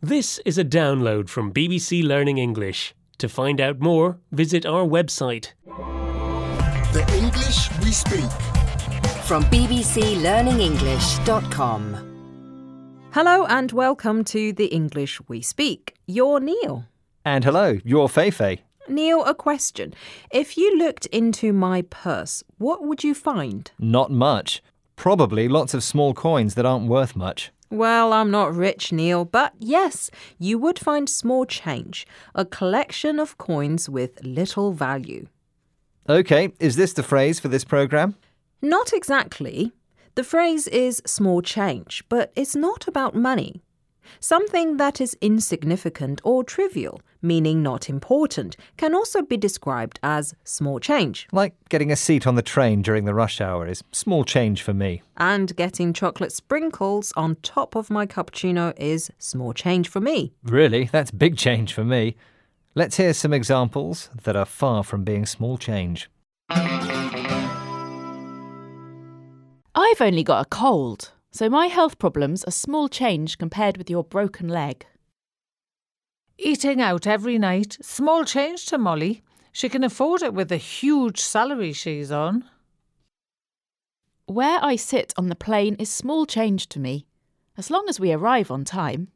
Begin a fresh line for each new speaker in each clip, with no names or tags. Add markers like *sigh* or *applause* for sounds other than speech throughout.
This is a download from BBC Learning English. To find out more, visit our website.
The English we speak.
from bbclearningenglish.com.
Hello and welcome to The English We Speak. You're Neil.
And hello, you're Feifei.
Neil, a question. If you looked into my purse, what would you find?
Not much. Probably lots of small coins that aren't worth much.
Well, I'm not rich, Neil, but yes, you would find small change, a collection of coins with little value.
Okay, is this the phrase for this program?
Not exactly. The phrase is small change, but it's not about money. Something that is insignificant or trivial, meaning not important, can also be described as small change.
Like getting a seat on the train during the rush hour is small change for me.
And getting chocolate sprinkles on top of my cappuccino is small change for me.
Really? That's big change for me. Let's hear some examples that are far from being small change.
I've only got a cold, so my health problems are small change compared with your broken leg.
Eating out every night, small change to Molly. She can afford it with the huge salary she's on.
Where I sit on the plane is small change to me, as long as we arrive on time.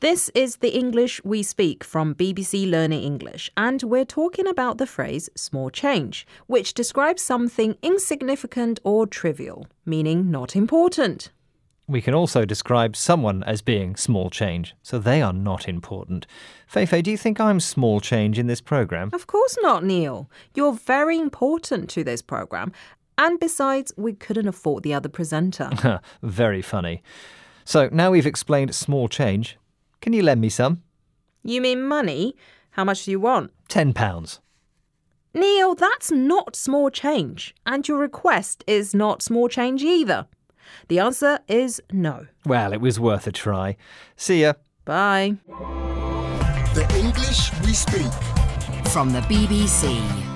This is the English we speak from BBC Learning English, and we're talking about the phrase small change, which describes something insignificant or trivial, meaning not important.
We can also describe someone as being small change, so they are not important. Feifei, do you think I'm small change in this program?
Of course not, Neil. You're very important to this program. And besides, we couldn't afford the other presenter.
*laughs* Very funny. So now we've explained small change. Can you lend me some?
you mean money? How much do you want?
Ten pounds.
Neil, that's not small change. And your request is not small change either. The answer is no.
Well, it was worth a try. See ya.
Bye.
The English we speak.
From the BBC.